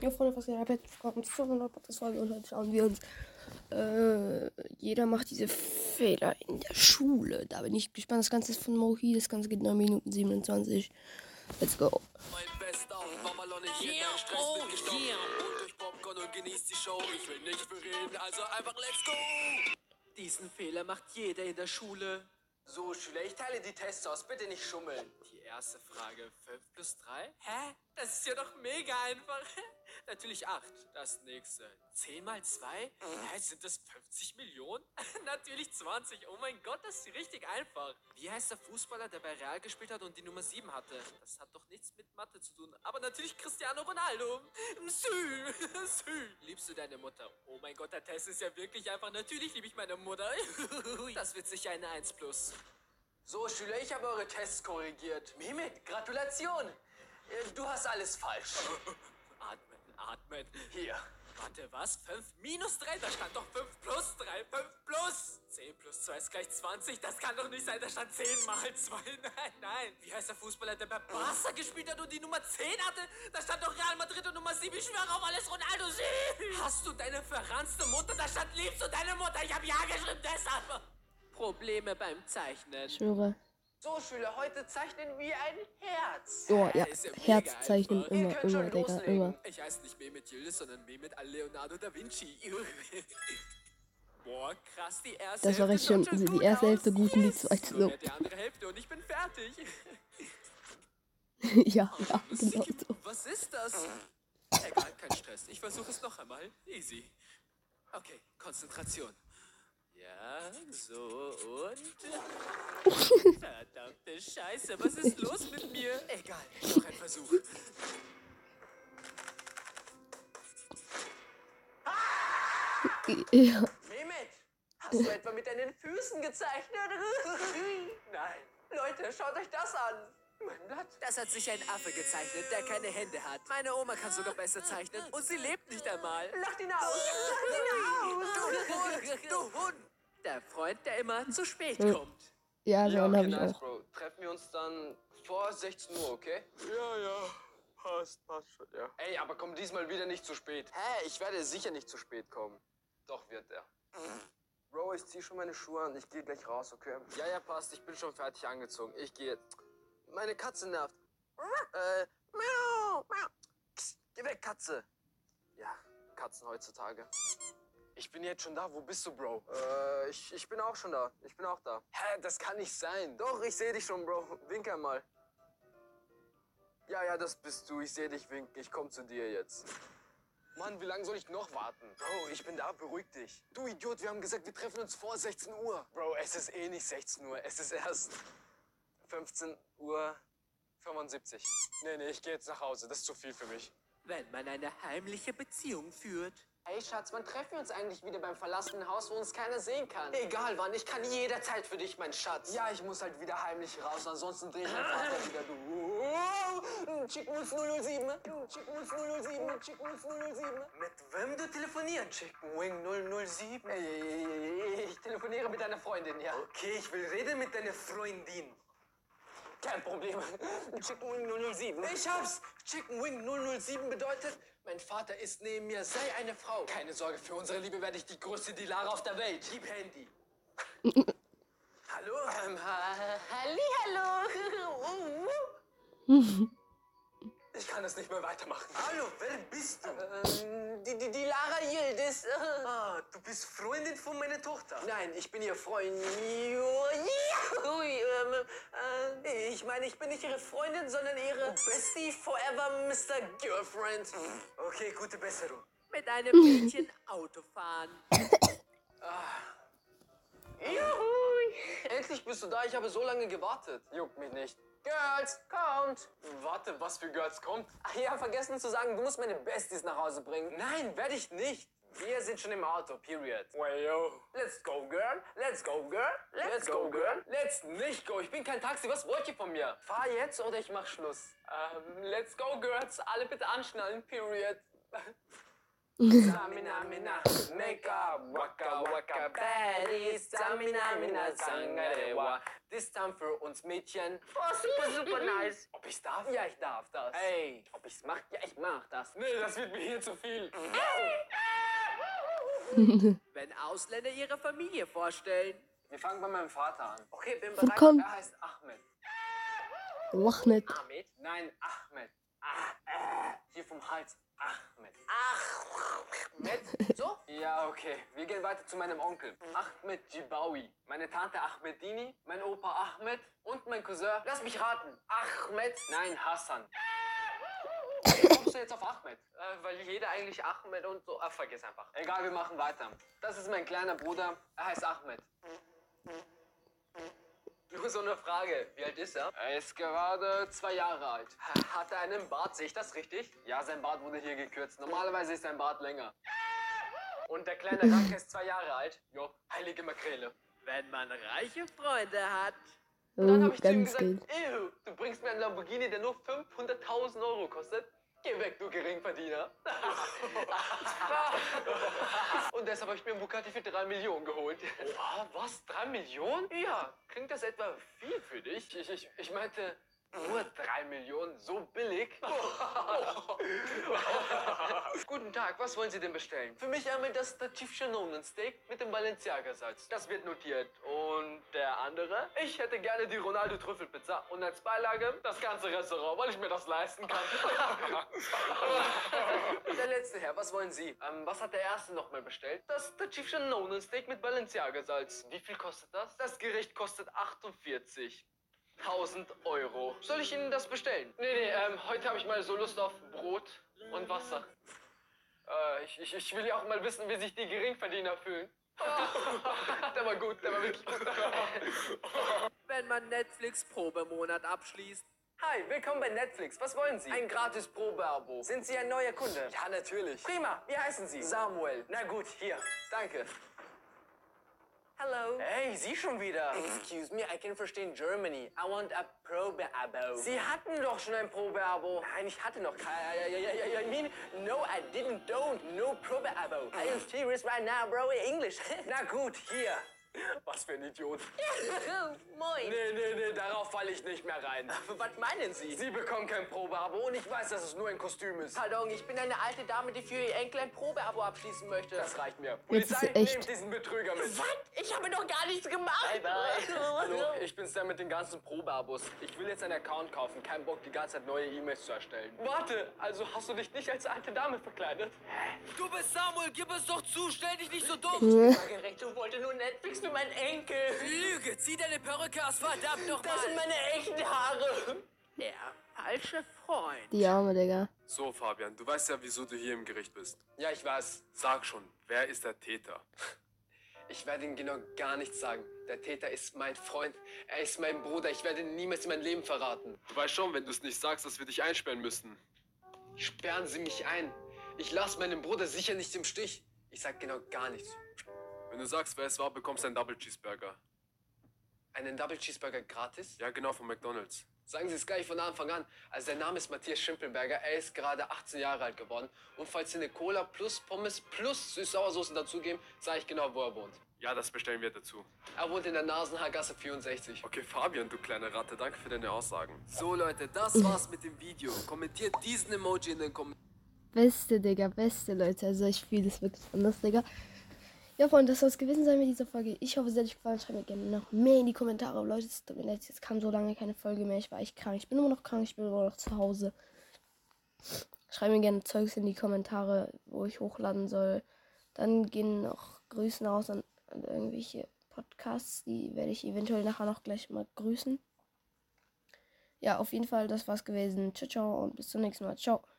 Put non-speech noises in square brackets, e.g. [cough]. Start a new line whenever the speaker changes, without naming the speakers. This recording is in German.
Ja, Freunde, was geht ab? Herzlich willkommen zu einer Podcast-Folge und heute schauen wir uns. Äh, jeder macht diese Fehler in der Schule. Da bin ich gespannt. Das Ganze ist von Mohi. Das Ganze geht 9 Minuten 27. Let's go.
mein Bester, Mama noch nicht yeah, dein Stress oh, gestoppt. Und durch Popcorn und genießt die Show. Ich will nicht viel reden, also einfach let's go. Diesen Fehler macht jeder in der Schule. So, Schüler, ich teile die Tests aus, bitte nicht schummeln. Die erste Frage, 5 plus 3? Hä? Das ist ja doch mega einfach. [laughs] Natürlich 8, das nächste. 10 mal 2? Hä, sind das 50 Millionen? [laughs] Natürlich 20, oh mein Gott, das ist richtig einfach. Wie heißt der Fußballer, der bei Real gespielt hat und die Nummer 7 hatte? Das hat doch nichts mit Mathe zu tun, aber natürlich Cristiano Ronaldo. Sü, sü. Liebst du deine Mutter? Oh mein Gott, der Test ist ja wirklich einfach. Natürlich liebe ich meine Mutter. [laughs] Das wird sicher eine 1 plus. So, Schüler, ich habe eure Tests korrigiert. Mimik, Gratulation! Äh, Du hast alles falsch. [laughs] atmen, atmen. Hier. Warte, was? 5 minus 3? Da stand doch 5 plus 3. 5 plus! 10 plus 2 ist gleich 20. Das kann doch nicht sein. Da stand 10 mal 2. [laughs] Nein, nein. Wie heißt der Fußballer, der bei Barca gespielt hat und die Nummer 10 hatte? Da stand doch Real Madrid und Nummer 7. Ich schwöre auf alles Ronaldo. Sie! Hast du deine verranzte Mutter? Da stand liebst du deine Mutter. Ich habe ja geschrieben, deshalb. Probleme beim Zeichnen.
Ich schwöre.
So, Schüler, heute zeichnen wir ein Herz.
Oh ja,
Ist mega
Herzzeichen
einfach. Ihr
immer,
könnt
immer,
schon
Digga,
loslegen.
immer.
Ich heiße nicht Mehmet Yildiz, sondern Mehmet Al Leonardo da Vinci. [laughs] Boah, krass, die erste
Das war
Hälfte
echt schön.
schaut schon
Die- die
gut
erste
aus.
Hälfte gut und die zweite [laughs]
Nun
so.
wird die andere Hälfte und ich bin fertig.
[laughs] ja, ja, genau so. Äh.
Was ist das? Egal, kein Stress. Ich versuche es noch einmal. Easy. Okay, Konzentration. Ja, so
[laughs]
und. Verdammte Scheiße, was ist los mit mir? Egal, noch ein Versuch.
[laughs] Ja,
Mehmet, hast du etwa mit deinen Füßen gezeichnet? [laughs] Nein. Leute, schaut euch das an. Mein Blatt. Das hat sich ein Affe gezeichnet, der keine Hände hat. Meine Oma kann sogar besser zeichnen und sie lebt nicht einmal. Lach ihn aus! Lach ihn aus! Du Hund! Du Hund! Der Freund, der immer zu spät kommt.
ja so einen habe ich
nice,
auch.
Bro. Treffen wir uns dann vor 16 Uhr, okay?
Ja, ja. Passt, passt schon, ja.
Ey, aber komm diesmal wieder nicht zu spät. Hä, ich werde sicher nicht zu spät kommen. Doch wird er. Bro, ich zieh schon meine Schuhe an. Ich gehe gleich raus, okay? Ja, ja, passt. Ich bin schon fertig angezogen. Ich gehe jetzt. Meine Katze nervt. Äh, miau, miau. Psst, geh weg, Katze. Ja, Katzen heutzutage. Ich bin jetzt schon da. Wo bist du, Bro? Äh, ich, ich bin auch schon da. Ich bin auch da. Hä, das kann nicht sein. Doch, ich sehe dich schon, Bro. Wink einmal. Ja, ja, das bist du. Ich sehe dich winken. Ich komme zu dir jetzt. Mann, wie lange soll ich noch warten? Bro, ich bin da. Beruhig dich. Du Idiot, wir haben gesagt, wir treffen uns vor 16 Uhr. Bro, es ist eh nicht 16 Uhr. Es ist erst 15 Uhr 75. Nee, nee, ich gehe jetzt nach Hause. Das ist zu viel für mich.
Wenn man eine heimliche Beziehung führt.
Hey Schatz, wann treffen wir uns eigentlich wieder beim verlassenen Haus, wo uns keiner sehen kann? Egal wann, ich kann jederzeit für dich, mein Schatz. Ja, ich muss halt wieder heimlich raus, ansonsten [gasps] dreh ich meinen Vater wieder. Du. hm, Chick Wolf 007. Chick Wolf 007. Chick Wolf 007. ne? Hm. Mit wem du telefonierst? Chick Wing 007. Ey, ey, ey, ey, ich telefoniere mit deiner Freundin, ja. Okay, ich will reden mit deiner Freundin. Kein Problem. Chicken Wing 007. Ich hab's. Chicken Wing 007 bedeutet, mein Vater ist neben mir, sei eine Frau. Keine Sorge, für unsere Liebe werde ich die größte Dilara auf der Welt. Lieb Handy. hallo? Ähm, ha Hallihallo. Oh, oh. ich kann es nicht mehr weitermachen. Hallo, wer bist du? Ähm, die, die, die Lara Yildiz. Ah, du bist Freundin von meiner Tochter. Nein, ich bin ihr Freund. Ui, ähm, äh, ich meine, ich bin nicht ihre Freundin, sondern ihre Bestie Forever Mr. Girlfriend. Okay, gute Besserung.
Mit einem Mädchen Auto fahren.
Juhu! [laughs] Endlich bist du da, ich habe so lange gewartet. Juckt mich nicht. Girls, kommt! Warte, was für Girls kommt? Ach ja, vergessen zu sagen, du musst meine Besties nach Hause bringen. Nein, werde ich nicht. Wir sind schon im Auto, period. Wayo. Let's go, girl. Let's go, girl. Let's, go, girl. Let's nicht go. Ich bin kein Taxi. Was wollt ihr von mir? Fahr jetzt oder ich mach Schluss. Ähm, let's go, girls. Alle bitte anschnallen, period. Samina, mina, mega, waka, waka, baddies. Samina, mina, sangarewa. This time für uns Mädchen. Mhm.
Oh, super, super nice.
Ob ich's darf?
Ja, ich darf das.
Ey,
Ob ich's mach? Ja, ich mach das.
nee, das wird mir hier zu viel.
Wenn Ausländer ihre Familie vorstellen.
Wir fangen bei meinem Vater an.
Okay, bin
Wo
bereit.
kommt
Er heißt Ahmed.
Lach nicht.
Ahmed.
Nein, Ahmed. Ah, äh, hier vom Hals. Ahmed.
Ahmed. So?
Ja, okay. Wir gehen weiter zu meinem Onkel. Ahmed Jibawi. Meine Tante Ahmedini, mein Opa Ahmed und mein Cousin. Lass mich raten. Ahmed? Nein, Hassan. Wie kommst du jetzt auf Ahmed?
Äh, weil jeder eigentlich Ahmed und so. Ah, vergiss einfach.
Egal, wir machen weiter. Das ist mein kleiner Bruder. Er heißt Ahmed.
Nur so eine Frage. Wie alt ist er?
Er ist gerade zwei Jahre alt.
Hat er einen Bart? Sehe ich das richtig?
Ja, sein Bart wurde hier gekürzt. Normalerweise ist sein Bart länger.
Und der kleine Ranke ist zwei Jahre alt.
Jo, heilige [laughs] Makrele.
Wenn man reiche Freunde hat.
Dann
Oh,
habe ich zu ihm
ganz
gesagt,
geil.
Ew, du bringst mir einen Lamborghini, der nur 500.000 Euro kostet? Geh weg, du [laughs] Geringverdiener. Und deshalb habe ich mir einen Bugatti für 3 Millionen geholt.
Oha, was? Drei Millionen?
Ja, klingt das etwa viel für dich? Ich, ich, ich meinte, nur 3 Millionen, so billig. Guten Tag, was wollen Sie denn bestellen? Für mich einmal das Stativ Chanonen Steak mit dem Balenciaga-Salz. Das wird notiert. Und der andere? Ich hätte gerne die Ronaldo-Trüffelpizza und als Beilage das ganze Restaurant, weil ich mir das leisten [laughs] kann. Und der letzte Herr, was wollen Sie? Ähm, was hat der erste nochmal bestellt? Das Stativ Chanonen Steak mit Balenciaga-Salz. Wie viel kostet das? Das Gericht kostet 48. 1000 Euro. Soll ich Ihnen das bestellen? Nee, nee, ähm, heute habe ich mal so Lust auf Brot und Wasser. Äh, ich, ich, ich will ja auch mal wissen, wie sich die Geringverdiener fühlen. der war gut, der war wirklich gut.
Wenn man Netflix Probemonat abschließt.
Hi, willkommen bei Netflix. Was wollen Sie?
Ein gratis Probeabo.
Sind Sie ein neuer Kunde? Ja, natürlich. Prima, wie heißen Sie? Samuel. Na gut, hier. Danke.
Hello.
Hey, Sie schon wieder. Excuse me, I can verstehen Germany. I want a Probeabo. Sie hatten doch schon ein Probeabo. Nein, ich hatte noch kein. I, I, I, I mean, no, I didn't, don't, no Probeabo. I am serious right now, bro, in English. [laughs] Na gut, hier. Was für ein Idiot.
Moin.
Nee, nee, nee, darauf falle ich nicht mehr rein.
[laughs] Was meinen Sie?
Sie bekommen kein Probeabo und ich weiß, dass es nur ein Kostüm ist.
Pardon, ich bin eine alte Dame, die für ihr Enkel ein Probeabo abschließen möchte.
Das reicht mir.
Jetzt ist
Polizei,
er echt.
nehmt diesen Betrüger mit.
Ich habe noch gar nichts gemacht.
Bye [laughs] bye. Hallo, ich bin's der mit den ganzen Probeabos. Ich will jetzt einen Account kaufen. Kein Bock, die ganze Zeit neue E-Mails zu erstellen. Warte, also hast du dich nicht als alte Dame verkleidet?
Du bist Samuel, gib es doch zu, stell dich nicht so
Hm. [laughs]
dumm.
Gerecht, du wollte nur Netflix für meinen Enkel.
Lüge, zieh deine Perücke aus, verdammt nochmal.
meine echten Haare.
Der falsche Freund.
Die Arme, Digga.
So, Fabian, du weißt ja, wieso du hier im Gericht bist.
Ja, ich weiß.
Sag schon, wer ist der Täter?
[laughs] Ich werde ihm genau gar nichts sagen. Der Täter ist mein Freund. Er ist mein Bruder. Ich werde ihn niemals mein Leben verraten.
Du weißt schon, wenn du es nicht sagst, dass wir dich einsperren müssen.
Sperren Sie mich ein. Ich lasse meinen Bruder sicher nicht im Stich. Ich sag genau gar nichts.
Wenn du sagst, wer es war, bekommst du einen Double Cheeseburger.
Einen Double Cheeseburger gratis?
Ja, genau, von McDonald's.
Sagen Sie es gleich von Anfang an. Also sein Name ist Matthias Schimpelberger, er ist gerade 18 Jahre alt geworden. Und falls Sie eine Cola plus Pommes plus Süß-Sauersoßen dazugeben, sage ich genau, wo er wohnt.
Ja, das bestellen wir dazu.
Er wohnt in der Nasenhaargasse 64.
Okay, Fabian, du kleine Ratte, danke für deine Aussagen.
So Leute, das war's mit dem Video. Kommentiert diesen Emoji in den Kommentaren.
Beste, Digga, beste Leute. Also ich fühle es wirklich anders, Digga. Ja, Freunde, das soll es gewesen sein mit dieser Folge. Ich hoffe, es hat euch gefallen. Schreibt mir gerne noch mehr in die Kommentare. Aber Leute, es tut mir leid, jetzt kam so lange keine Folge mehr. Ich war echt krank. Ich bin immer noch krank. Ich bin immer noch zu Hause. Schreibt mir gerne Zeugs in die Kommentare, wo ich hochladen soll. Dann gehen noch Grüßen raus an, an irgendwelche Podcasts. Die werde ich eventuell nachher noch gleich mal grüßen. Ja, auf jeden Fall, das war's gewesen. Ciao, ciao und bis zum nächsten Mal. Ciao.